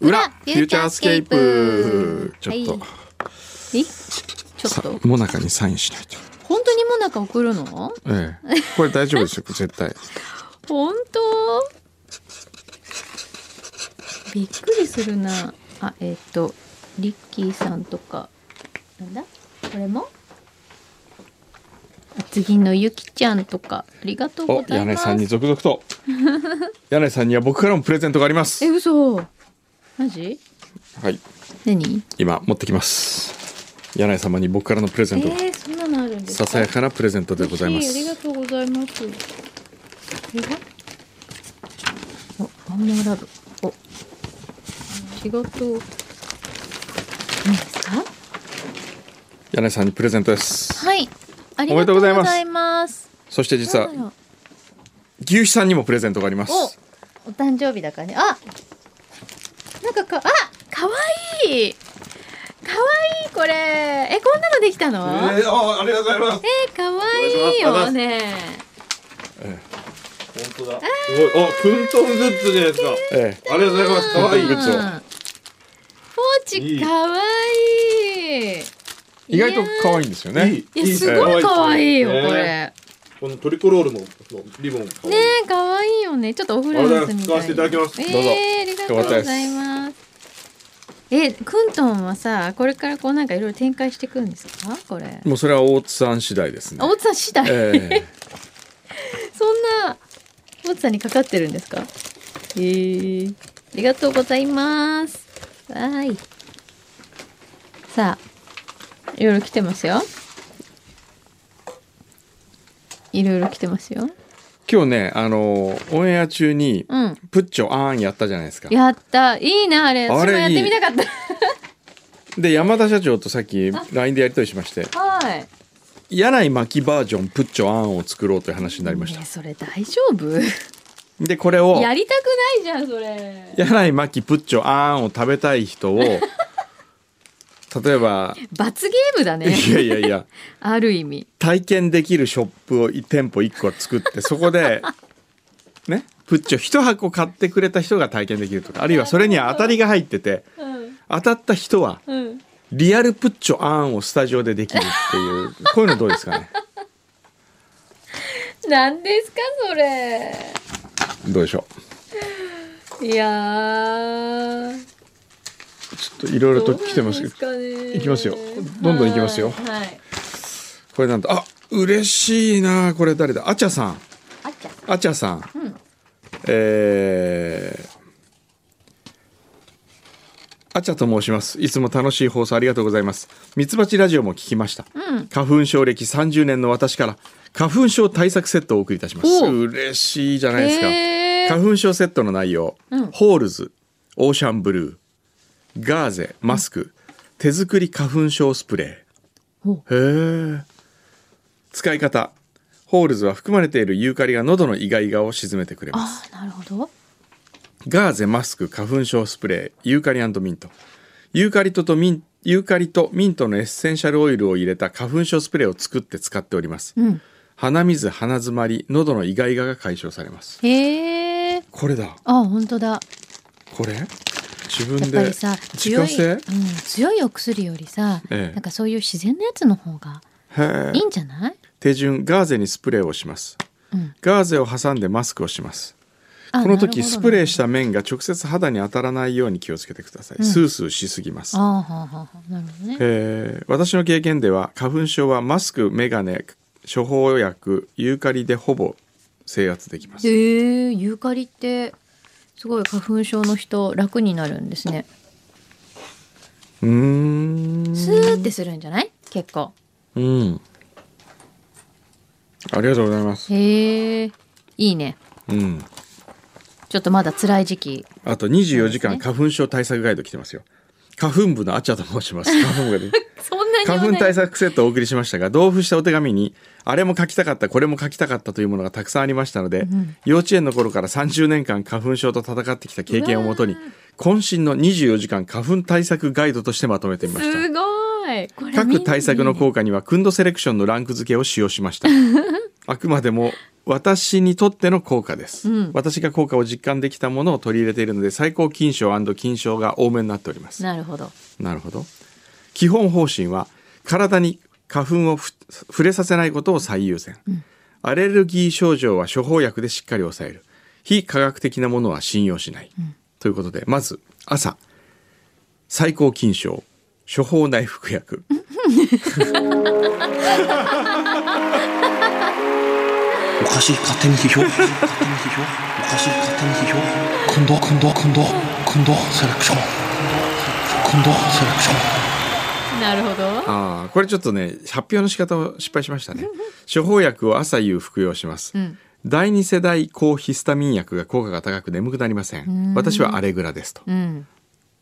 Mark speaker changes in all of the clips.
Speaker 1: フューチャースケープ
Speaker 2: ちょっと、
Speaker 1: はいえちょっ
Speaker 2: さ
Speaker 1: と
Speaker 2: もなかにサインしないと。
Speaker 1: 本当にもなか送るの
Speaker 2: ええ、これ大丈夫ですよ絶 対。
Speaker 1: 本当びっくりするなあえっ、とリッキーさんとかなんだこれも次のゆきちゃんとかありがとうご
Speaker 2: お
Speaker 1: ざい
Speaker 2: 柳井
Speaker 1: ます
Speaker 2: さんに続々 と柳井さんには僕からもプレゼントがありま
Speaker 1: え
Speaker 2: す。
Speaker 1: 嘘マジ
Speaker 2: はい
Speaker 1: 何
Speaker 2: 今持ってきます。柳井様に僕からのプレゼ
Speaker 1: え
Speaker 2: ントが、
Speaker 1: ー、そんなのあるんです
Speaker 2: さ
Speaker 1: か
Speaker 2: さやかなプレゼントでございま
Speaker 1: 嬉しありが
Speaker 2: す。
Speaker 1: とうございます。これがお、ワンモーラブ。お、仕事。いいですか
Speaker 2: 柳井さんにプレゼントです。
Speaker 1: はい。あり
Speaker 2: おめで
Speaker 1: が
Speaker 2: と
Speaker 1: と
Speaker 2: うご
Speaker 1: うご
Speaker 2: ざいます
Speaker 1: ざいます。
Speaker 2: そして実は
Speaker 1: なんだろう
Speaker 2: 牛肥さんにもプレゼントがあります。
Speaker 1: お、お誕生日だからね。あ、なんかか、あ、可愛いい。可愛いいこれ。え、こんなのできたの？え
Speaker 2: えあありがとうございます。
Speaker 1: ー、可愛いい
Speaker 2: お願いしま
Speaker 1: よ
Speaker 2: す
Speaker 1: ね。
Speaker 3: 本当だ。すごい。あ、クントングッズじゃないですか。
Speaker 2: ええ、
Speaker 3: ありがとうございます。可愛い
Speaker 2: グッズを
Speaker 1: うんポーチ可愛いい。
Speaker 2: 意外と可愛いんですよね。
Speaker 3: いい。
Speaker 1: いや。いやす
Speaker 2: 可
Speaker 1: ごい可愛いよ
Speaker 3: ね
Speaker 1: これ。
Speaker 3: このトリコロールのリボン。可愛い
Speaker 1: ねえ可愛いよね。ちょっとオフランスみ
Speaker 3: 使わ
Speaker 1: た
Speaker 3: せ
Speaker 1: い
Speaker 3: ていただきます。
Speaker 1: え
Speaker 2: どうぞ
Speaker 1: えありがとうございます。え、クントンはさ、これからこうなんかいろいろ展開していくんですか？これ。
Speaker 2: もうそれは大津さん次第ですね
Speaker 1: あ、。大津さん次第。
Speaker 2: ええ。
Speaker 1: そんな大津さんにかかってるんですか？えー、ありがとうございます。わーい。さあ、いろいろ来てますよ。いろいろ来てますよ。
Speaker 2: 今日ねあのオンエア中 に
Speaker 1: うん。
Speaker 2: プッチョあーんやったじゃないですか
Speaker 1: やった。いいなあれ。
Speaker 2: あれ
Speaker 1: それもやってみたかっ
Speaker 2: で山田社長とさっき
Speaker 1: あ
Speaker 2: LINE でやり取りしまして
Speaker 1: た。はい。
Speaker 2: 柳井真紀バージョンプッチョあーんを作ろうという話になりました
Speaker 1: ねえそれ大丈夫？
Speaker 2: でこれを
Speaker 1: やりたくないじゃんそれ。
Speaker 2: 柳井真紀プッチョあーんを食べたい 人を例えば
Speaker 1: 罰ゲームだ
Speaker 2: い
Speaker 1: ね。
Speaker 2: やいやいや
Speaker 1: ある意味。
Speaker 2: 体験できるショップを店舗1個作ってそこでねプッチョ1箱買ってくれた人が体験できるとかあるいはそれには当たりが入ってて
Speaker 1: うん。
Speaker 2: 当たった人は
Speaker 1: うん。
Speaker 2: リアルプッチョアーンをスタジオでできるっていうこういうのどうですかね
Speaker 1: なんですかそれ。
Speaker 2: どうでしょ
Speaker 1: いやー。
Speaker 2: うちょっといろいろと来てますけど
Speaker 1: どうなんですかね。
Speaker 2: いきますよどんどんいきますよ
Speaker 1: はい。
Speaker 2: これなんとあ嬉しいなこれ誰だあちゃさん
Speaker 1: あっちゃ。
Speaker 2: あちゃさん、
Speaker 1: うん
Speaker 2: えーあちゃと申します。いつも楽しい放送ありがとうございます。ミツバチラジオも聞きました。
Speaker 1: うん。
Speaker 2: 花粉症歴30年の私から花粉症対策セットをお送りいたします。
Speaker 1: お
Speaker 2: 嬉しいじゃないですか。
Speaker 1: え
Speaker 2: 花粉症セットの内容、
Speaker 1: うん
Speaker 2: ホールズオーシャンブルーガーゼマスク手作り花粉症スプレ
Speaker 1: お
Speaker 2: ーへえ使い方ホールズは含まれているユーカリが喉のイガイガを沈めてくれます
Speaker 1: ああ、なるほど。
Speaker 2: ガーゼマスク花粉症スプレーユーカリミントユーカリトとミンユーカリとミントのエッセンシャルオイルを入れた花粉症スプレーを作って使っております、
Speaker 1: うん。
Speaker 2: 鼻水鼻づまり喉のイガイガが解消されます
Speaker 1: へえ。
Speaker 2: これだ
Speaker 1: あ、本当だ。
Speaker 2: これ自
Speaker 1: や
Speaker 2: 分
Speaker 1: っ
Speaker 2: で
Speaker 1: ぱりさ、
Speaker 2: 自
Speaker 1: 強
Speaker 2: 家
Speaker 1: い、
Speaker 2: 製
Speaker 1: うん、強いお薬よりさ、
Speaker 2: ええ
Speaker 1: なんかそういう自然なやつの方が
Speaker 2: へ
Speaker 1: い
Speaker 2: え
Speaker 1: いんじゃない？
Speaker 2: 手順ガーゼにスプレーをします
Speaker 1: うん。
Speaker 2: ガーゼを挟んでマスクをします
Speaker 1: あ。
Speaker 2: この時スプレーしたた面が直接肌に当たらないように気をつけてください、
Speaker 1: うん
Speaker 2: スースーしすぎます
Speaker 1: ああ、はあはあ、なるほどね。
Speaker 2: えー私の経験では花粉症はマスクメガネ処方薬ユーカリでほぼ制圧できます
Speaker 1: へえユーカリってすごい花粉症の人楽になるんですね。
Speaker 2: うーん
Speaker 1: スーってするんじゃない？結構。
Speaker 2: うんありがとうございます
Speaker 1: へえいいね。
Speaker 2: うん
Speaker 1: ちょっとまだ辛い時期。
Speaker 2: あと24時
Speaker 1: そう
Speaker 2: 間
Speaker 1: で
Speaker 2: 花粉症対策ガイド来てますよ花粉部のあちゃと申 します花粉部で
Speaker 1: そんなに
Speaker 2: 花粉対
Speaker 1: 策。
Speaker 2: 策セットをお送りしましたが同封したお手紙にあれも書きたかったこれも書きたかったというものがたくさんありましたので、
Speaker 1: ん
Speaker 2: 幼稚園の頃から30年間花粉症と戦ってきた経験をもとに
Speaker 1: うわ
Speaker 2: 渾身の24時間花粉対策ガイドとしてまとめてみました
Speaker 1: すごい。これ
Speaker 2: 各対策の
Speaker 1: こ
Speaker 2: 効果にはクンドセレクションのランク付けを使用しましたあくまでも私にとっての効果です、
Speaker 1: うん
Speaker 2: 私が効果を実感できたものを取り入れているので最高金賞金賞が多めになっております
Speaker 1: なるほど。
Speaker 2: なるほど基本方針は体に花粉をふ触れさせないことを最優先、アレルギー症状は処方薬でしっかり抑える非科学的なものは信用しない、ということでまず朝最高金賞処方内服薬
Speaker 4: おかしい勝手に批評勝手に批評おかしい勝手に批評今度今度今度今度セレクション今度セレクション
Speaker 1: なるほど。
Speaker 2: ああこれちょっとね発表の仕方を失敗しましたね処方薬を朝夕服用します、
Speaker 1: ん
Speaker 2: 第二世代抗ヒスタミン薬が効果が高く眠くなりません私はアレグラですと
Speaker 1: うん。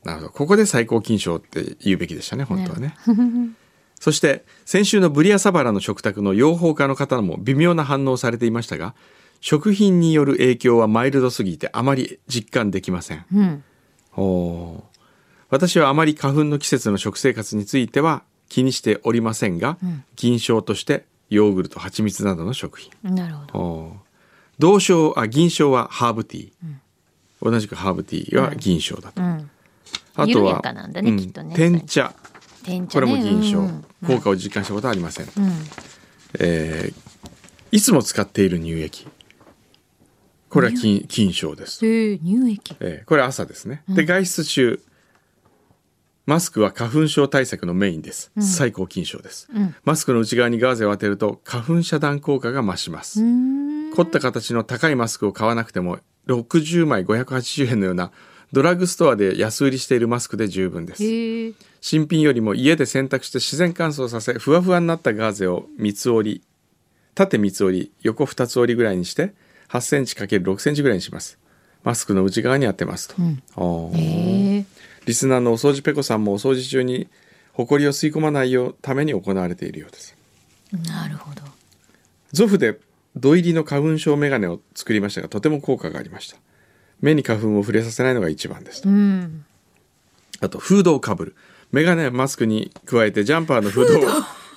Speaker 2: なるほどここで最高金賞って言うべきでしたね本当はねそして先週のブリアサバラの食卓の養蜂家の方も微妙な反応をされていましたが食品による影響はマイルドすぎてあまり実感できません
Speaker 1: うん。
Speaker 2: おー私はあまり花粉の季節の食生活については気にしておりませんが、銀賞としてヨーグルト蜂蜜などの食品
Speaker 1: なるほど。
Speaker 2: おー銅賞あ銀賞はハーブティー、同じくハーブティーは銀賞だと、
Speaker 1: うん。
Speaker 2: あと
Speaker 1: 緩
Speaker 2: は
Speaker 1: やかなんだね
Speaker 2: う
Speaker 1: きっとね
Speaker 2: 天茶
Speaker 1: 天茶
Speaker 2: これ
Speaker 1: ね
Speaker 2: も銀賞、
Speaker 1: うん
Speaker 2: 効果を実感したことはありません、
Speaker 1: うん。
Speaker 2: えーいつも使っている乳液これは金金賞です
Speaker 1: へえ乳液。
Speaker 2: えーこれ朝ですね、で外出中マスクは花粉症対策のメインです、最高金賞です、
Speaker 1: ん
Speaker 2: マスクの内側にガーゼを当てると花粉遮断効果が増します、
Speaker 1: うーん。
Speaker 2: 凝った形の高いマスクを買わなくても60枚580円のようなドラッグストアで安売りしているマスクで十分です
Speaker 1: へえ。
Speaker 2: 新品よりも家で洗濯して自然乾燥させふわふわになったガーゼを三つ折り縦三つ折り横二つ折りぐらいにして8センチ ×6 センチぐらいにしますマスクの内側に当てますと、おー
Speaker 1: へえ。
Speaker 2: リスナーのお掃除ペコさんもお掃除中にホコリを吸い込まないようために行われているようです
Speaker 1: なるほど。
Speaker 2: ゾフで土入りの花粉症メガネを作りましたがとても効果がありました目に花粉を触れさせないのが一番ですと
Speaker 1: うん。
Speaker 2: あとフードをかぶるメガネやマスクに加えてジャンパーのフードを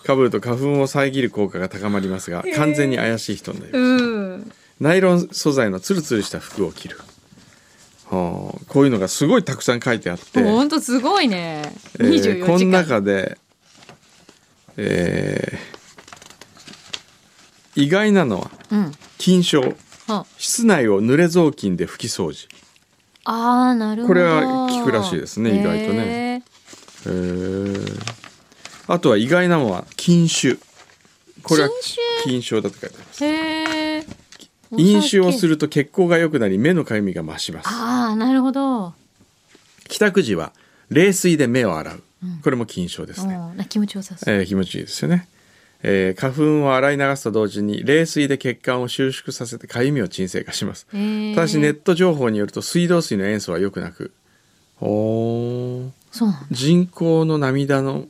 Speaker 2: かぶると花粉を遮る効果が高まりますが完全に怪しい人になります、
Speaker 1: うん。
Speaker 2: ナイロン素材のツルツルした服を着るはあこういうのがすごいたくさん書いてあって、
Speaker 1: 本当すごいね。
Speaker 2: えー
Speaker 1: 二十四
Speaker 2: こ
Speaker 1: 時
Speaker 2: の
Speaker 1: 間。
Speaker 2: 中で、えー意外なのは
Speaker 1: うん。
Speaker 2: 菌床
Speaker 1: あ、
Speaker 2: 室内を濡れ雑巾で拭き掃除
Speaker 1: あーなるほ
Speaker 2: こ
Speaker 1: ど。
Speaker 2: れは効くらしいですね意外とね
Speaker 1: へえ。
Speaker 2: へーあとは意外なのは禁酒これは禁酒だって書いてあります
Speaker 1: へえ。
Speaker 2: 飲酒をす
Speaker 1: る。
Speaker 2: ると血行が良くなり目のかゆみが増します
Speaker 1: ああ、なるほど。
Speaker 2: 帰宅時は冷水で目を洗うこれも禁酒ですね、
Speaker 1: うん、気持ちよさそう。
Speaker 2: えー気持ちいいですよね、えー花粉を洗い流すと同時に冷水で血管を収縮させてかゆみを鎮静化します
Speaker 1: へー
Speaker 2: ただしネット情報によると水道水の塩素は良くなくおー
Speaker 1: そうなんだ。
Speaker 2: 人工の涙の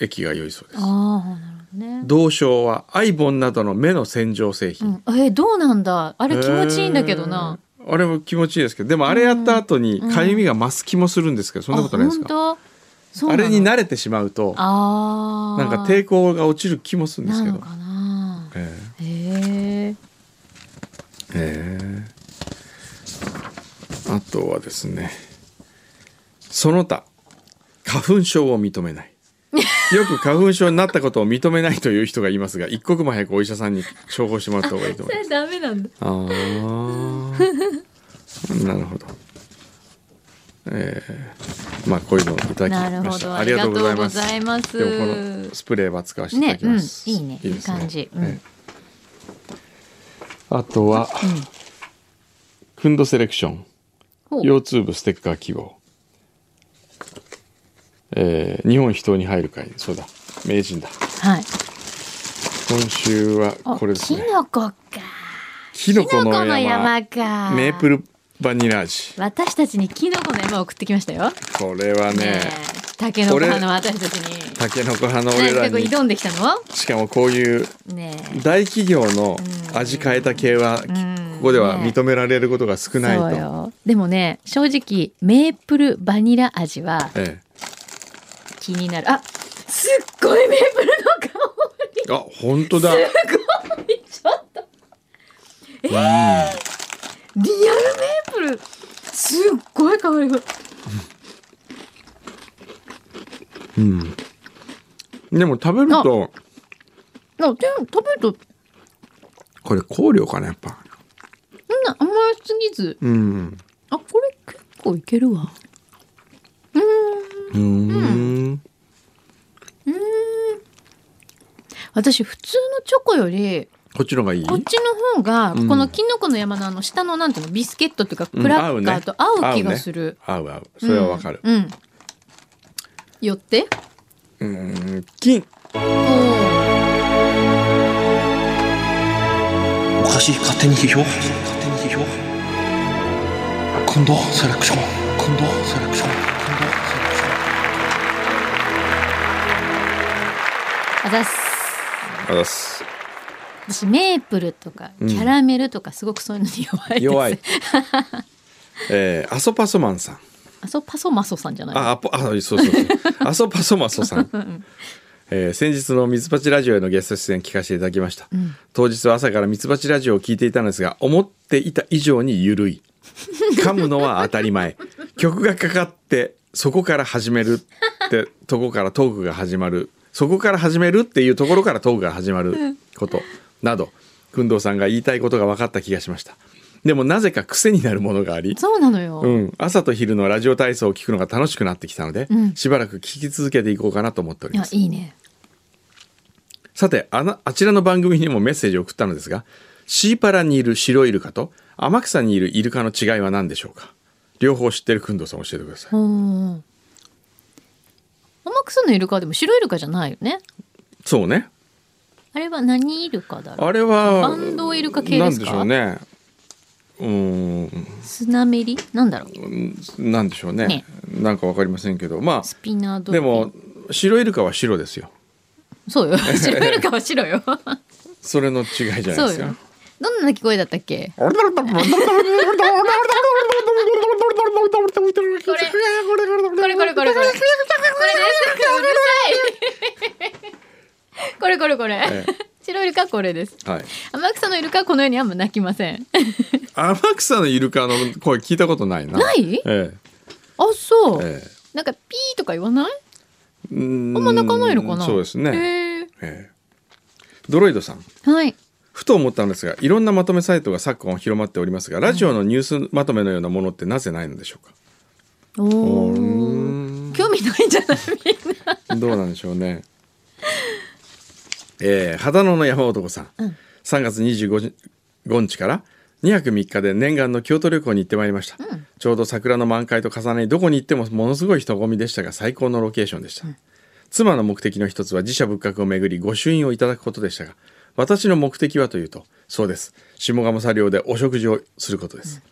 Speaker 2: 液が良いそうです
Speaker 1: ああ、なるほどね。
Speaker 2: 銅賞はアイボンなどの目の洗浄製
Speaker 1: う
Speaker 2: 品、
Speaker 1: ん、えーどうなんだ。あれ気持ちいいんだけどな。
Speaker 2: へーあれも気持ちいいですけどでもあれやった後にかゆみが増す気もするんですけどそんなことないですか
Speaker 1: あ本当。そう
Speaker 2: あ
Speaker 1: なの
Speaker 2: れに慣れてしまうと
Speaker 1: ああ。
Speaker 2: なんか抵抗が落ちる気もするんです
Speaker 1: な
Speaker 2: け
Speaker 1: の
Speaker 2: ど
Speaker 1: かな。
Speaker 2: えー
Speaker 1: へ
Speaker 2: え
Speaker 1: え。
Speaker 2: ーあとはですねその他花粉症を認め ないよく花粉症になったことを認めないという人がいますが一刻も早くお医者さんに処方してもらった方がいいと思います
Speaker 1: ダメなんだ。
Speaker 2: ああ なるほどえー、まあこういうのをいただ
Speaker 1: な
Speaker 2: き
Speaker 1: る
Speaker 2: ま
Speaker 1: ほ
Speaker 2: した
Speaker 1: ど。
Speaker 2: ありがとうございます
Speaker 1: ありがと
Speaker 2: で
Speaker 1: う
Speaker 2: もこ
Speaker 1: ございます
Speaker 2: のスプレーは使わせていただきます、
Speaker 1: ねうんいいね
Speaker 2: です
Speaker 1: いい感じうん
Speaker 2: ええあとは、くんどセレクション
Speaker 1: ほう
Speaker 2: 腰痛部ステッカー記号えー、日本人に入る会そうだ名人だ
Speaker 1: はい。
Speaker 2: 今週は
Speaker 1: あ
Speaker 2: これですね
Speaker 1: キノコか。
Speaker 2: キ
Speaker 1: キノコの山か。
Speaker 2: メープ。ルバニラ味
Speaker 1: 私たちにキノコの山を送ってきましたよ。
Speaker 2: これはね
Speaker 1: ねえ、タケノコ派の私たちに。
Speaker 2: タケノコ派の俺
Speaker 1: 何
Speaker 2: ら
Speaker 1: かこう
Speaker 2: に
Speaker 1: 挑んできたの
Speaker 2: しかもこういう
Speaker 1: ねえ
Speaker 2: 大企業の味変えた系は
Speaker 1: ん
Speaker 2: ここでは認められることが少ない
Speaker 1: そう
Speaker 2: と。
Speaker 1: よでもね正直メープルバニラ味は
Speaker 2: え
Speaker 1: 気になるあすっごいメープルの香
Speaker 2: え、あ本当だ
Speaker 1: りちょっとえー、リアルメープルすっごい香りが
Speaker 2: うん。でも食べると、
Speaker 1: なでも食べると
Speaker 2: これ香料かな、やっぱ。
Speaker 1: そんな甘すぎず
Speaker 2: うん。
Speaker 1: あこれ結構いけるわ
Speaker 2: うん。
Speaker 1: 私普通のチョコより
Speaker 2: こっちのがいい
Speaker 1: こっちの方が
Speaker 2: うん
Speaker 1: このキノコの山のあの下のなんていうのビスケットというか
Speaker 2: うん
Speaker 1: クラッカーと合う気
Speaker 2: 合
Speaker 1: が
Speaker 2: ね
Speaker 1: する、
Speaker 2: 合う合う。それはわかる。
Speaker 1: うん、うんよって
Speaker 2: うん。金。
Speaker 1: おー
Speaker 4: おかしい勝手に批評勝手に批評近藤セレクション近藤セレクション近藤セレクション
Speaker 1: あざっす
Speaker 2: あざっす。
Speaker 1: 私メープルとかキ
Speaker 2: ん
Speaker 1: ャラメルとかすごくそういうのに弱いです、
Speaker 2: 弱い。えー、アソパソマンさん。
Speaker 1: あそうパソマソさんじゃない
Speaker 2: あ、アポ、あ、そうそう そう。アソパソマソさん。えー先日のミツバチラジオへのゲスト出演聞かせていただきました、当日は朝からミツバチラジオを聞いていたのですが思っていた以上にゆるい噛むのは当たり 前曲がかかってそこから始めるってとこからトークが始まるそこから始めるっていうところからトークが始まることなど工藤さんが言いたいことが分かった気がしましたでもなぜか癖になるものがあり
Speaker 1: そうなのよ、
Speaker 2: うん、朝と昼のラジオ体操を聞くのが楽しくなってきたので、
Speaker 1: うん
Speaker 2: しばらく聞き続けていこうかなと思っており
Speaker 1: い
Speaker 2: ま
Speaker 1: や
Speaker 2: す
Speaker 1: いいね
Speaker 2: さてあのあちらの番組にもメッセージを送ったのですがシーパラにいる白イルカと天草にいるイルカの違いは何でしょうか両方知ってる工藤さん教えてください
Speaker 1: うん天草のイルカはでも白イルカじゃないよね
Speaker 2: そうね
Speaker 1: あれは何イルカだろう
Speaker 2: あれは
Speaker 1: バンドイルカ系ですか
Speaker 2: なんでしょうねうー
Speaker 1: スナメリなんだろうん
Speaker 2: なんでしょうね
Speaker 1: ね
Speaker 2: なんかわかりませんけどま
Speaker 1: スピナー
Speaker 2: あ
Speaker 1: ド
Speaker 2: で
Speaker 1: ルフィン
Speaker 2: も白イルカは白ですよ
Speaker 1: そうよ 白イルカは白よ
Speaker 2: それの違いじゃないで
Speaker 1: そう
Speaker 2: す
Speaker 1: よ
Speaker 2: か
Speaker 1: どんな鳴き声だったっけこれこれこれこれこれこれですうるさいこれこれこれ、
Speaker 2: え
Speaker 1: 白イルカこれです
Speaker 2: はい
Speaker 1: 天草のイルカはこのようにあんま鳴きませ ん
Speaker 2: 天草のイルカの声聞いたことないな。
Speaker 1: ない
Speaker 2: え
Speaker 1: あそう、
Speaker 2: ええ
Speaker 1: なんかピーとか言わない
Speaker 2: え、うん
Speaker 1: あんま鳴かないのかな
Speaker 2: そうですね。
Speaker 1: へえ
Speaker 2: ええドロイドさん。
Speaker 1: はい
Speaker 2: ふと思ったのですが、いろんなまとめサイトが昨今広まっておりますが、ラジオのニュースまとめのようなものってなぜないのでしょうか。
Speaker 1: お
Speaker 2: う
Speaker 1: お
Speaker 2: ーん
Speaker 1: 興味ないんじゃないみんな
Speaker 2: どうなんでしょうね。ええ秦野の山男さん。
Speaker 1: うん
Speaker 2: 3月25日から2泊3日で念願の京都旅行に行ってまいりました、
Speaker 1: ん
Speaker 2: ちょうど桜の満開と重なりどこに行ってもものすごい人混みでしたが最高のロケーションでした、妻の目的の一つは自社仏閣をめぐり御朱印をいただくことでしたが私の目的はというとそうです下鴨作業でお食事をすることです、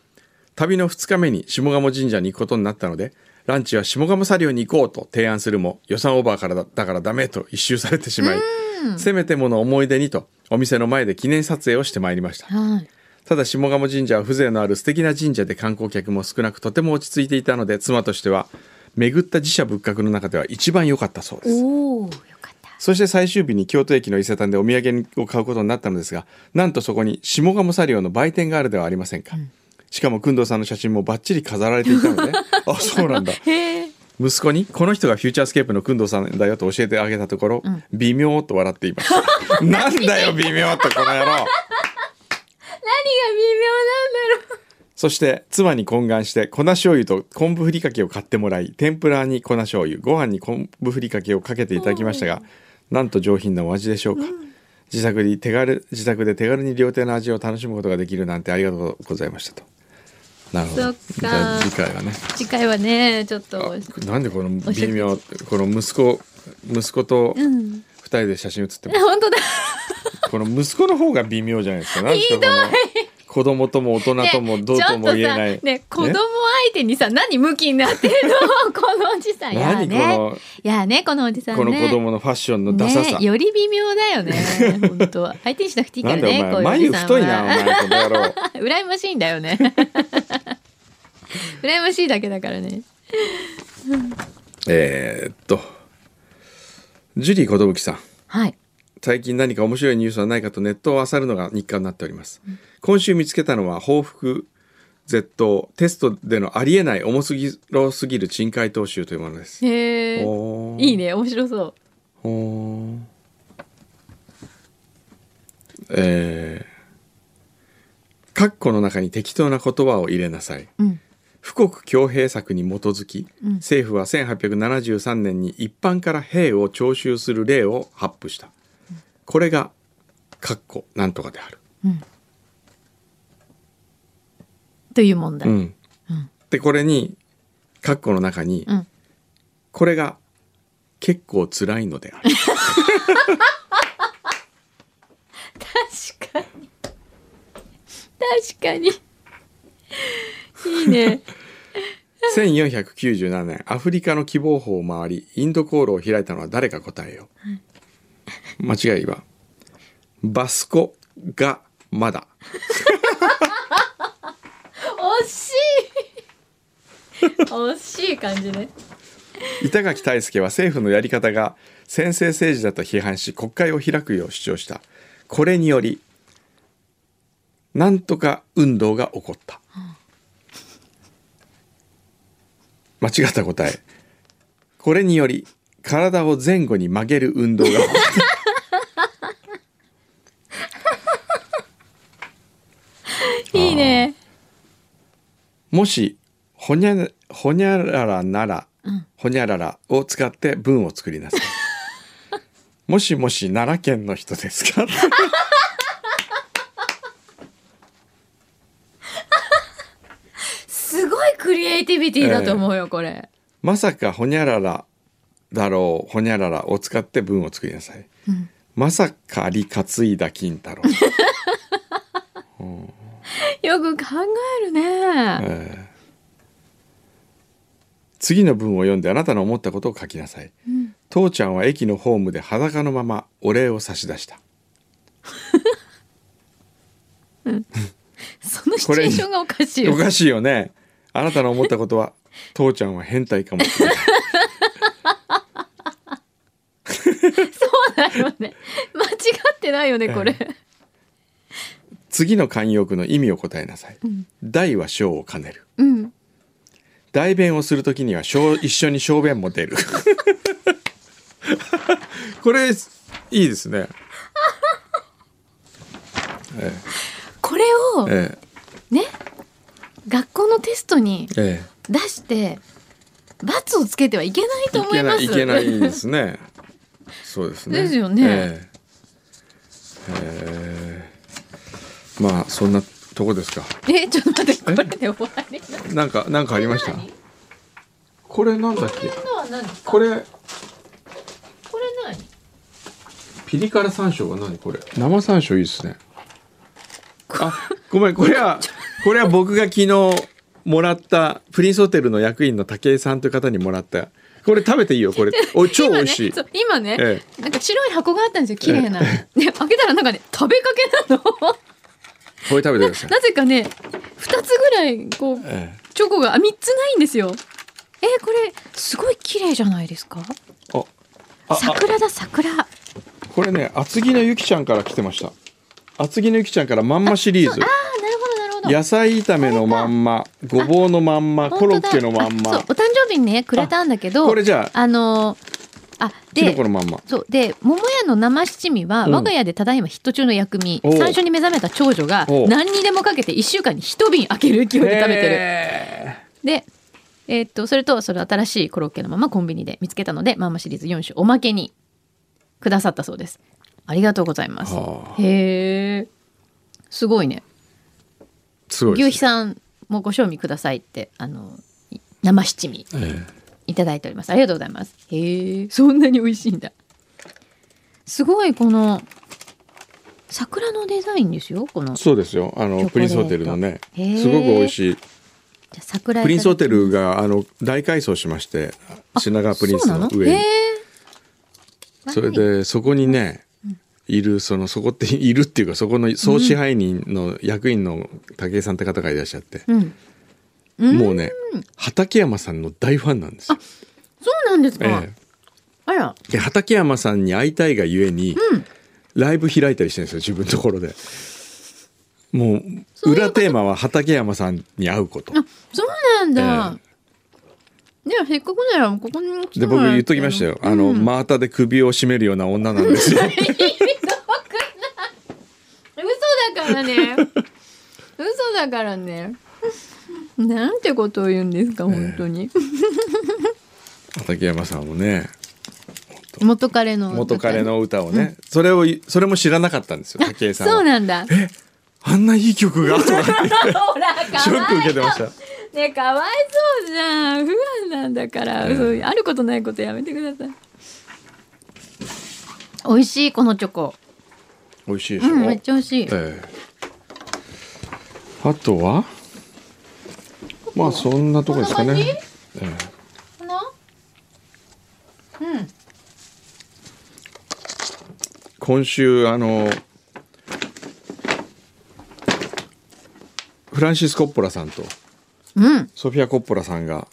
Speaker 2: 旅の2日目に下鴨神社に行くことになったのでランチは下鴨作業に行こうと提案するも予算オーバーからだだからダメと一周されてしまいせめてもの思い出にとお店の前で記念撮影をしてまいりました
Speaker 1: はい
Speaker 2: ただ下鴨神社は風情のある素敵な神社で観光客も少なくとても落ち着いていたので妻としては巡った自社仏閣の中では一番良かったそうです
Speaker 1: おおよかった
Speaker 2: そして最終日に京都駅の伊勢丹でお土産を買うことになったのですがなんとそこに下鴨サリオの売店があるではありませんか、しかも工藤さんの写真もバッチリ飾られていたのであそうなんだ
Speaker 1: へえ
Speaker 2: 息子に「この人がフューチャースケープの工藤さんだよ」と教えてあげたところ「微妙」と笑っていましたなんだよ微妙ってこの野郎
Speaker 1: 何が微妙なんだろう
Speaker 2: そして妻に懇願して粉醤油と昆布ふりかけを買ってもらい天ぷらに粉醤油ご飯に昆布ふりかけをかけていただきましたがなんと上品なお味でしょうか、自宅に手軽自宅で手軽に料亭の味を楽しむことができるなんてありがとうございましたとなるほ
Speaker 1: そ
Speaker 2: ど
Speaker 1: っか
Speaker 2: じゃあ次回はね
Speaker 1: 次回はねちょっと
Speaker 2: なんでこの微妙ってこの息子息子と
Speaker 1: うん
Speaker 2: 二人で写真写ってます、
Speaker 1: 本当だ
Speaker 2: この息子の方が微妙じゃないですかなんですかこの子供とも大人ともどうとも言えない、
Speaker 1: ねちょっとさね子供相手にさ何ムキになってんのこのおじさんや
Speaker 2: 何こ
Speaker 1: ね
Speaker 2: の
Speaker 1: いやねこのおじさんね
Speaker 2: この子供のファッションのダサさ、
Speaker 1: ね、より微妙だよね本当は相手にしなくていいか
Speaker 2: なん
Speaker 1: ら
Speaker 2: だ
Speaker 1: ね
Speaker 2: お前
Speaker 1: こうい
Speaker 2: 眉
Speaker 1: うおじさん
Speaker 2: 太いなお前この野郎
Speaker 1: 羨ましいんだよね羨ましいだけだからね
Speaker 2: えーっとジュリー寿さん
Speaker 1: はい
Speaker 2: 最近何か面白いニュースはないかとネットを漁るのが日課になっております、今週見つけたのは報復絶倒テストでのありえない重すぎろすぎる珍解答集というものです
Speaker 1: へえ
Speaker 2: おー
Speaker 1: いいね面白そう
Speaker 2: ほーえー、括弧の中に適当な言葉を入れなさい
Speaker 1: うん
Speaker 2: 富国強兵策に基づき、
Speaker 1: うん
Speaker 2: 政府は1873年に一般から兵を徴収する例を発布したこれが括弧なんとかである、
Speaker 1: という問題、
Speaker 2: う
Speaker 1: うん
Speaker 2: んでこれに括弧の中に、
Speaker 1: うん
Speaker 2: これが結構辛いのである
Speaker 1: 確かに確かにいいね
Speaker 2: 1497年アフリカの希望法を回りインド航路を開いたのは誰か答えよ、間違いはバスコがまだ
Speaker 1: 惜しい惜しい感じね
Speaker 2: 板垣退助は政府のやり方が専制政治だと批判し国会を開くよう主張したこれによりなんとか運動が起こった間違った答えこれにより体を前後に曲げる運動が起こった
Speaker 1: いいね
Speaker 2: もしほにゃほにゃららなら、ほにゃららを使って文を作りなさいもしもし奈良県の人ですか
Speaker 1: すごいクリエイティビティだと思うよ、これ
Speaker 2: まさかほにゃららだろうほにゃららを使って文を作りなさい、まさかり担いだ金太郎、
Speaker 1: よく考えるね
Speaker 2: えー次の文を読んであなたの思ったことを書きなさい、父ちゃんは駅のホームで裸のままお礼を差し出した
Speaker 1: そのシチュエーションがおか しいよ
Speaker 2: おかしいよねあなたの思ったことは 父ちゃんは変態かもしれない
Speaker 1: そうだよね間違ってないよねこれ、
Speaker 2: 次の慣用句の意味を答えなさい、大は小を兼ねる
Speaker 1: うん
Speaker 2: 代弁をするときには小一緒に小便も出 るこれいいですね
Speaker 1: これを
Speaker 2: え
Speaker 1: ね学校のテストに
Speaker 2: ええ
Speaker 1: 出して罰をつけてはいけない
Speaker 2: え
Speaker 1: と
Speaker 2: い
Speaker 1: 思
Speaker 2: け
Speaker 1: いま
Speaker 2: な
Speaker 1: す
Speaker 2: いいけないですねそうですね
Speaker 1: ですよね
Speaker 2: ええええまあそんなとこですか
Speaker 1: えちょっと待ってこれで終わりな
Speaker 2: なんかなんかありましたこれなんだっけ
Speaker 1: のは何
Speaker 2: これ
Speaker 1: これ何
Speaker 2: ピリ辛山椒は何これ生山椒いいですねあごめんこれはこれは僕が昨日もらったプリンスホテルの役員の武井さんという方にもらったこれ食べていいよ これお超美味しい、
Speaker 1: 今ねそう今ね、
Speaker 2: え
Speaker 1: なんか白い箱があったんですよ綺麗な、で開けたらなんかね食べかけな の
Speaker 2: これ食べてください
Speaker 1: なぜかね二つぐらいこう
Speaker 2: ええ
Speaker 1: チョコがあ三つないんですよえーこれすごい綺麗じゃないですか
Speaker 2: ああ
Speaker 1: 桜だ桜あ
Speaker 2: これね厚木のゆきちゃんから来てました厚木のゆきちゃんからまんまシリーズ
Speaker 1: ーなるほどなるほど
Speaker 2: 野菜炒めのまんまごぼうのまんまコロ
Speaker 1: 本当だ
Speaker 2: ッケのまん
Speaker 1: あそう
Speaker 2: ま
Speaker 1: お誕生日にねくれたんだけど
Speaker 2: これじゃあ
Speaker 1: あのーあ
Speaker 2: きのこ
Speaker 1: で
Speaker 2: のまんま
Speaker 1: そうで桃屋の生七味は
Speaker 2: うん
Speaker 1: 我が家でただいまヒット中の薬味、
Speaker 2: おう
Speaker 1: 最初に目覚めた長女が
Speaker 2: おう
Speaker 1: 何にでもかけて1週間に1瓶開ける勢いで食べてる
Speaker 2: へ
Speaker 1: で、えーっとそれとその新しいコロッケのままコンビニで見つけたのでマンマシリーズ4種おまけにくださったそうですありがとうございます
Speaker 2: は
Speaker 1: へえすごいね
Speaker 2: ーすごい
Speaker 1: 牛
Speaker 2: で
Speaker 1: 皮
Speaker 2: す
Speaker 1: さんもご賞味くださいってあのい生七味
Speaker 2: ええ
Speaker 1: いただいておりますありがとうございますへえそんなに美味しいんだすごいこの桜のデザインですよこのじゃ
Speaker 2: そうですよ。あ
Speaker 1: チョコレー
Speaker 2: の
Speaker 1: ト
Speaker 2: プリンスホテルのね、
Speaker 1: へー
Speaker 2: すごく美味しい。
Speaker 1: あ桜
Speaker 2: プリンスホテ
Speaker 1: ル
Speaker 2: ルがあの大改装しまして、品川プリンスの上
Speaker 1: へ
Speaker 2: に。それでそこにね、いるそのそこって いるっていうかそこの総支配人の役員の武井さんって方がいらっしゃって、
Speaker 1: えうんうん
Speaker 2: もうね、畠山さんの大ファンなんですよ。
Speaker 1: そうなんですか、
Speaker 2: ええ
Speaker 1: あら
Speaker 2: で畠山さんに会いたいがゆえに、ライブ開いたりしてるんですよ自分のところでも
Speaker 1: そうういうこと
Speaker 2: 裏テーマは畠山さんに会うこと
Speaker 1: あそうなんだ、ではせっかくならここに
Speaker 2: で
Speaker 1: 来ても
Speaker 2: 僕
Speaker 1: ら
Speaker 2: 言っときましたよ、あの真綿で首を絞めるような女なん ですよ
Speaker 1: 嘘だからね嘘だか らねなんてことを言うんですか本当に、
Speaker 2: 畠山さんもね
Speaker 1: 元彼の
Speaker 2: 元彼の歌をね、それをそれも知らなかったんですよ武井さんは
Speaker 1: そうなんだほ
Speaker 2: あんないい曲がとかって
Speaker 1: ら
Speaker 2: ショッ
Speaker 1: か
Speaker 2: ク
Speaker 1: わ
Speaker 2: 受
Speaker 1: い
Speaker 2: けてまし
Speaker 1: そ
Speaker 2: た
Speaker 1: うねかわいそうじゃん不安なんだから、
Speaker 2: うん
Speaker 1: そういうあることないことやめてください美味しいこのチョコ
Speaker 2: 美味しいで
Speaker 1: う
Speaker 2: しょ、
Speaker 1: んめっちゃ美味しい、
Speaker 2: ええあとはまあそんなとこですか
Speaker 1: こんな
Speaker 2: ね
Speaker 1: 感このうん
Speaker 2: 今週あのフランシス・コッポラさんと
Speaker 1: うん
Speaker 2: ソフィア・コッポラさんが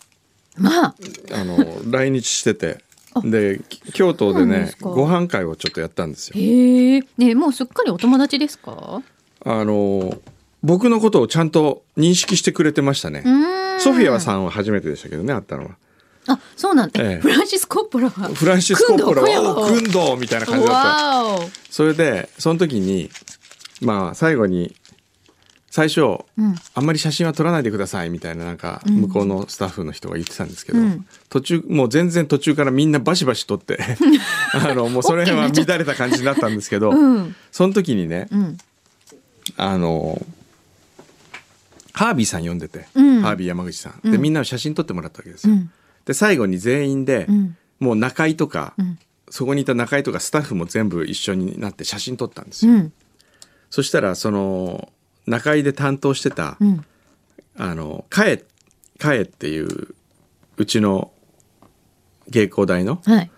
Speaker 1: まあ
Speaker 2: あ の来日しててで京都で
Speaker 1: そうなんで
Speaker 2: ね
Speaker 1: すか
Speaker 2: ご飯会をちょっとやったんですよ。
Speaker 1: へえねえもうすっかりお友達ですか
Speaker 2: あの僕のことをちゃんと認識してくれてましたね
Speaker 1: う。ーん
Speaker 2: ソフィアさんは初めてでしたけどね会ったのは。
Speaker 1: あそうなんだ、
Speaker 2: ええ
Speaker 1: フランシス・コッポラは
Speaker 2: フランシス・コッポラ
Speaker 1: 工藤小山
Speaker 2: は「おう軍道」みたいな感じだった。
Speaker 1: わお
Speaker 2: それでその時にまあ最後に最初、
Speaker 1: うん
Speaker 2: あんまり写真は撮らないでくださいみたいななんか
Speaker 1: ん
Speaker 2: 向こうのスタッフの人が言ってたんですけど、
Speaker 1: うん
Speaker 2: 途中もう全然途中からみんなバシバシ撮って あのもうそれは乱れた感じになったんですけど、
Speaker 1: うん
Speaker 2: その時にね
Speaker 1: うん
Speaker 2: あのハービーさん呼んでて、
Speaker 1: うん
Speaker 2: ハービー山口さん、
Speaker 1: う
Speaker 2: で
Speaker 1: ん
Speaker 2: みんなの写真撮ってもらったわけです
Speaker 1: う
Speaker 2: よ。
Speaker 1: ん
Speaker 2: で最後に全員で、
Speaker 1: うん
Speaker 2: もう中居とか、
Speaker 1: うん
Speaker 2: そこにいた中居とかスタッフも全部一緒になって写真撮ったんですよ。
Speaker 1: うん
Speaker 2: そしたらその中居で担当してた、
Speaker 1: うん
Speaker 2: あのかえかえっていううちの芸工大の
Speaker 1: はい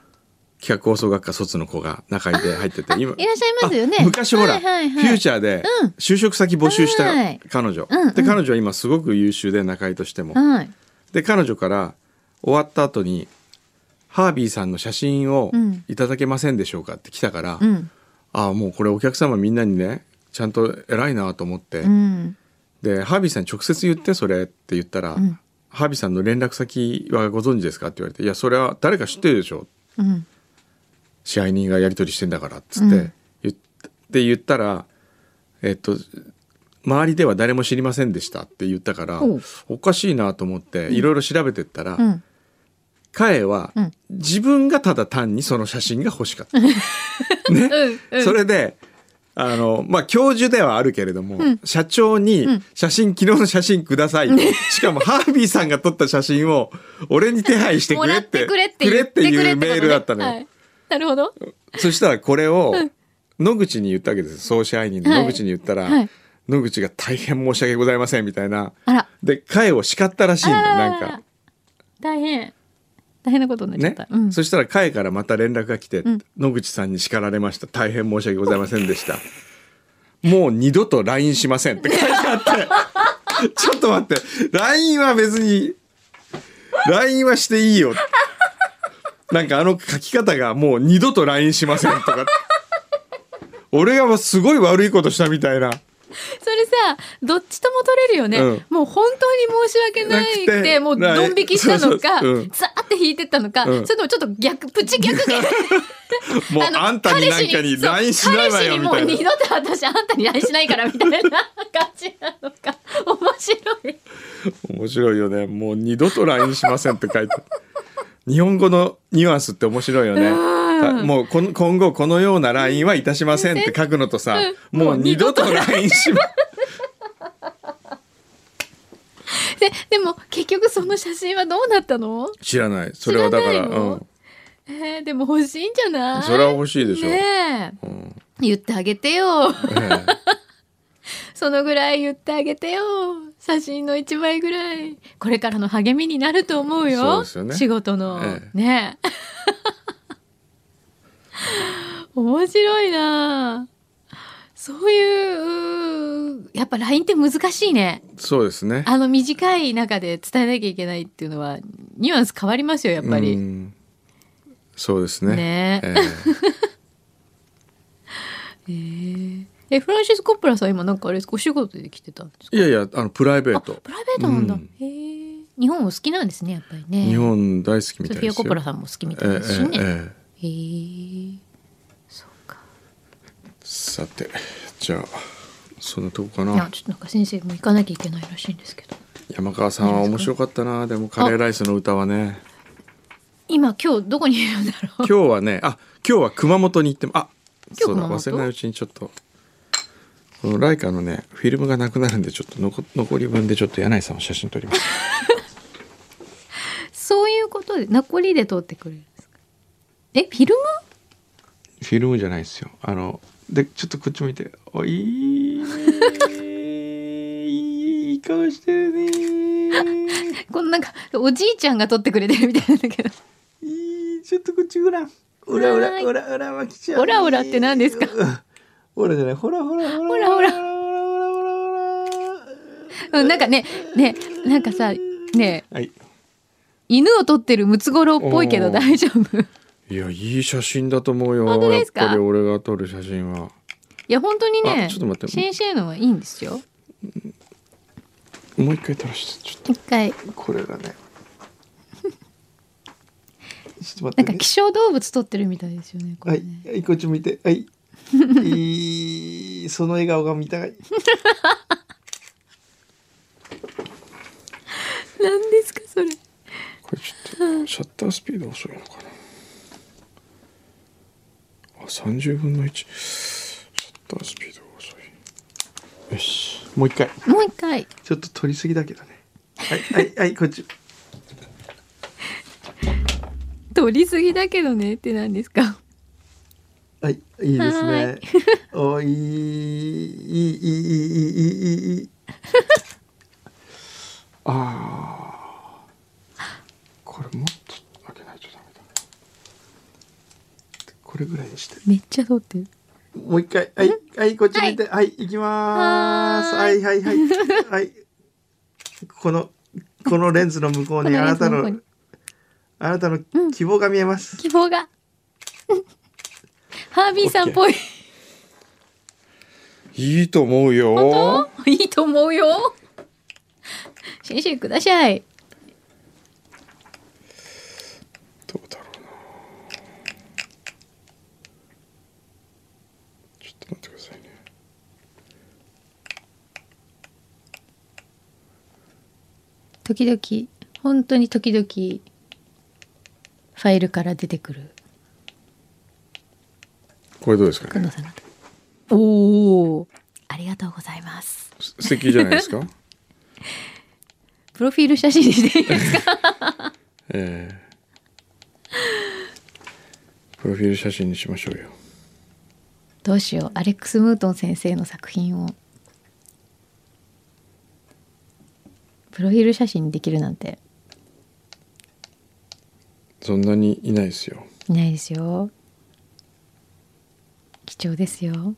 Speaker 2: 企画放送学科卒の子が中居で入ってて今
Speaker 1: いらっしゃいますよね
Speaker 2: あ昔ほら、
Speaker 1: はいはいはい
Speaker 2: フューチャーで
Speaker 1: うん
Speaker 2: 就職先募集した
Speaker 1: はい
Speaker 2: 彼女、
Speaker 1: うんうん
Speaker 2: で彼女は今すごく優秀で中居としても、
Speaker 1: はい
Speaker 2: で彼女から終わった後にハービーさんの写真を
Speaker 1: うん
Speaker 2: いただけませんでしょうかって来たから、
Speaker 1: うん
Speaker 2: ああもうこれお客様みんなにねちゃんと偉いなと思って、
Speaker 1: うん
Speaker 2: でハービーさんに直接言ってそれって言ったら、ハービーさんの連絡先はご存知ですかって言われて「いやそれは誰か知ってるでしょ
Speaker 1: うん
Speaker 2: 支配人がやり取りしてんだから」っつって、
Speaker 1: うん
Speaker 2: 言って言ったらえっと周りでは誰も知りませんでしたって言ったから
Speaker 1: ほう
Speaker 2: おかしいなと思っていろいろ調べてったら、
Speaker 1: うん
Speaker 2: カエは
Speaker 1: うん
Speaker 2: 自分がただ単にその写真が欲しかった。
Speaker 1: うんうん
Speaker 2: それであのまあ教授ではあるけれども、社長に「写真、昨日の写真ください」しかもハービーさんが撮った写真を俺に手配して
Speaker 1: も
Speaker 2: く
Speaker 1: ら
Speaker 2: れ
Speaker 1: っ
Speaker 2: って
Speaker 1: てくれって
Speaker 2: く
Speaker 1: 言
Speaker 2: れ
Speaker 1: っ
Speaker 2: ってて
Speaker 1: くれって
Speaker 2: いうメールだったの
Speaker 1: ことね
Speaker 2: よ、
Speaker 1: はいなるほど
Speaker 2: そしたらこれを野口に言ったわけです総支配人の野口に言ったら、
Speaker 1: はいはい
Speaker 2: 野口が「大変申し訳ございません」みたいな
Speaker 1: あら
Speaker 2: で彼を叱ったらしいんだよなん
Speaker 1: あ。
Speaker 2: から
Speaker 1: 大変大変なことになっちゃっ
Speaker 2: ね
Speaker 1: た、うん
Speaker 2: そしたら彼からまた連絡が来て、
Speaker 1: ん
Speaker 2: 野口さんに叱られました大変申し訳ございませんでした もう二度と LINE しませんって書いてあって ちょっと待って LINE は別に LINE はしていいよなんかあの書き方がもう二度と LINE しませんとか俺がすごい悪いことしたみたいな
Speaker 1: それさどっちとも取れるよね、
Speaker 2: うん
Speaker 1: もう本当に申し訳ない
Speaker 2: なく
Speaker 1: って
Speaker 2: て
Speaker 1: もうドン引きしたのか
Speaker 2: ないそうそううん
Speaker 1: ザーって引いてったのか、
Speaker 2: うん
Speaker 1: それともちょっと逆プチ逆で
Speaker 2: もうあんたになんかに LINE しないわよみたい
Speaker 1: 彼氏にもう
Speaker 2: な
Speaker 1: 二度と私あんたに LINE しないからみたいな感じなのか面白い
Speaker 2: 面白いよねもう二度と LINE しませんって書いてある日本語のニュアンスって面白いよね
Speaker 1: うん
Speaker 2: たもうこの今後このような LINE はいたしませんって書くのとさ
Speaker 1: うん
Speaker 2: もう二度と LINE しま
Speaker 1: ででも結局その写真はどうなったの、
Speaker 2: 知らないそれはだか
Speaker 1: 知
Speaker 2: ら
Speaker 1: らないの
Speaker 2: うん
Speaker 1: えー、でも欲しいんじゃない
Speaker 2: それは欲しいでしょ、
Speaker 1: ねえ
Speaker 2: うん
Speaker 1: 言ってあげてよ
Speaker 2: え
Speaker 1: そのぐらい言ってあげてよ。写真の一枚ぐらい。これからの励みになると思うよ。
Speaker 2: そうですよね
Speaker 1: 仕事の。
Speaker 2: え
Speaker 1: ね え。面白いなあそういう、うーやっぱ LINE って難しいね。
Speaker 2: えそうですね
Speaker 1: あの短い中で伝えなきゃいけないっていうのは、ニュアンス変わりますよ、やっぱ
Speaker 2: う
Speaker 1: り。
Speaker 2: んそうですね
Speaker 1: ねえ。
Speaker 2: ええ
Speaker 1: えー、えフランシス・コップラさん今なんかあれですかお仕事で来てたんですか
Speaker 2: いやいやあのプライベート
Speaker 1: あプライベートなんだ、
Speaker 2: うん
Speaker 1: へえ日本お好きなんですねやっぱりね
Speaker 2: 日本大好きみた
Speaker 1: ソ
Speaker 2: いで
Speaker 1: フ
Speaker 2: す
Speaker 1: ィ
Speaker 2: よ
Speaker 1: ア・コップラさんも好きみたいですしね、
Speaker 2: ええええ
Speaker 1: へえそうか
Speaker 2: さてじゃあそんなとこか
Speaker 1: いや
Speaker 2: な
Speaker 1: ちょっとなんか先生も行かなきゃいけないらしいんですけど
Speaker 2: 山川さんは面白かったなでもカレーライスの歌はね
Speaker 1: 今今日どこにいるんだろう
Speaker 2: 今日はねあ今日は熊本に行ってもあ
Speaker 1: 今日
Speaker 2: そうだ
Speaker 1: 熊本
Speaker 2: 忘れないうちにちょっとこのライカのねフィルムがなくなるんでちょっと残残り分でちょっと柳井さんの写真撮ります
Speaker 1: そういうことで残りで通ってくれるんですかえフィルム
Speaker 2: フィルムじゃないですよあのでちょっとこっち向いておいいねいい顔してるね
Speaker 1: こんなんかおじいちゃんが撮ってくれてるみたいなんだけど
Speaker 2: いいちょっとこっちほらオ
Speaker 1: ラオラオ
Speaker 2: ラオラまきち
Speaker 1: ゃんオラオラって何ですか
Speaker 2: オラじゃないほらほらほ
Speaker 1: らほらほら
Speaker 2: ほら
Speaker 1: うんなんかねねなんかさね
Speaker 2: はい
Speaker 1: 犬を撮ってるムツゴロウっぽいけど
Speaker 2: おー
Speaker 1: 大丈夫い
Speaker 2: いやいい写真だと思うよ
Speaker 1: 本当ですか
Speaker 2: やっぱり俺が撮る写真は
Speaker 1: や本当にね
Speaker 2: あちょっと待って
Speaker 1: 先生のはいいんですよ
Speaker 2: もう一回撮らしてちょっ
Speaker 1: 一回
Speaker 2: とこれがねちょっと待
Speaker 1: な
Speaker 2: っ
Speaker 1: ん
Speaker 2: て、
Speaker 1: か
Speaker 2: ね、
Speaker 1: 希少動物撮ってるみたいですよねこ
Speaker 2: は
Speaker 1: れ
Speaker 2: い
Speaker 1: ね、
Speaker 2: はいこっち向いてはいいいその笑顔が見たい
Speaker 1: 何ですかそれ
Speaker 2: これちょっとシャッタースピード遅いのかなあ三30分の1シャッタースピードが遅いよしもう一回
Speaker 1: もう一回
Speaker 2: ちょっと撮りすぎだけどねはいはいはいこっち
Speaker 1: 撮りすぎだけどねって何ですか
Speaker 2: はいいいです
Speaker 1: は
Speaker 2: ね
Speaker 1: い
Speaker 2: おいいいいいいいいいいいいあーこれもっと開けないとダメだこれぐらいにして
Speaker 1: めっちゃ撮ってる
Speaker 2: もう一回、はい、はい、こっち見て、はい、行きまーす。
Speaker 1: は
Speaker 2: は
Speaker 1: ー
Speaker 2: い、はい、はい、はい。この、このレンズの向こうに、
Speaker 1: こ
Speaker 2: あ
Speaker 1: のレン
Speaker 2: なた
Speaker 1: ズの向こう
Speaker 2: の
Speaker 1: に。
Speaker 2: あなたの希望が見えます。
Speaker 1: 希望が ハービーさんっぽい
Speaker 2: いいと思うよ。
Speaker 1: いいと思うよ。先生ください。
Speaker 2: どうだろうな。ちょっと待ってくださいね。
Speaker 1: 時々本当に時々ファイルから出てくる
Speaker 2: これどうですか
Speaker 1: 久。野さんの。おお、ありがとうございます。
Speaker 2: 素敵じゃないです か。
Speaker 1: プロフィール写真にしていいですか。
Speaker 2: ええプロフィール写真にしましょうよ。
Speaker 1: どうしよう、アレックスムートン先生の作品を。プロフィール写真にできるなんて
Speaker 2: そんなにいないですよ。
Speaker 1: いないですよ。貴重ですよ。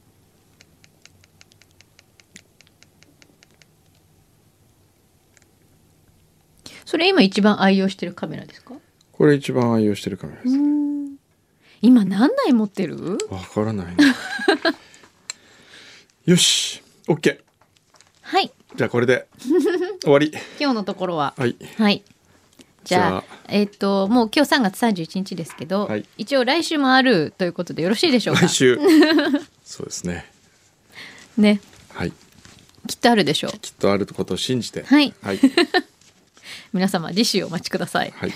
Speaker 1: それ今一番愛用してるカメラですか？
Speaker 2: これ一番愛用してるカメラです。
Speaker 1: 今何台持ってる？
Speaker 2: わからないね よし OK
Speaker 1: はい、
Speaker 2: じゃあこれ で終わり
Speaker 1: 今日のところは、
Speaker 2: はい
Speaker 1: はい。じゃあ
Speaker 2: じゃ
Speaker 1: えっ、ともう今日3月31日ですけど、
Speaker 2: はい
Speaker 1: 一応来週もあるということでよろしいでしょうか
Speaker 2: 来週そうですね
Speaker 1: ね
Speaker 2: はい
Speaker 1: きっとあるでしょう
Speaker 2: きっとあることを信じて
Speaker 1: はい
Speaker 2: はい、
Speaker 1: 皆様次週お待ちください、
Speaker 2: はい、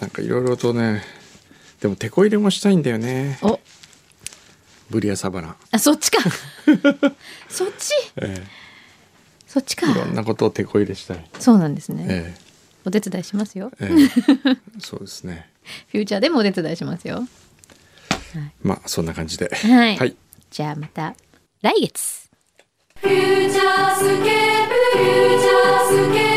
Speaker 2: なんかいろいろとねでもテこ入れもしたいんだよね
Speaker 1: お
Speaker 2: ブリアサバナ
Speaker 1: あそ っちかそっち
Speaker 2: え
Speaker 1: そっちか
Speaker 2: えいろんなことをテこ入れしたい
Speaker 1: そうなんですね、
Speaker 2: え
Speaker 1: お手伝いしますよ
Speaker 2: ええ えそうですね
Speaker 1: フューチャーでもお手伝いしますよ
Speaker 2: まあそんな感じで
Speaker 1: はい、
Speaker 2: はい
Speaker 1: じゃあまた来月
Speaker 5: 「フューチャースケープフューチャースケープル」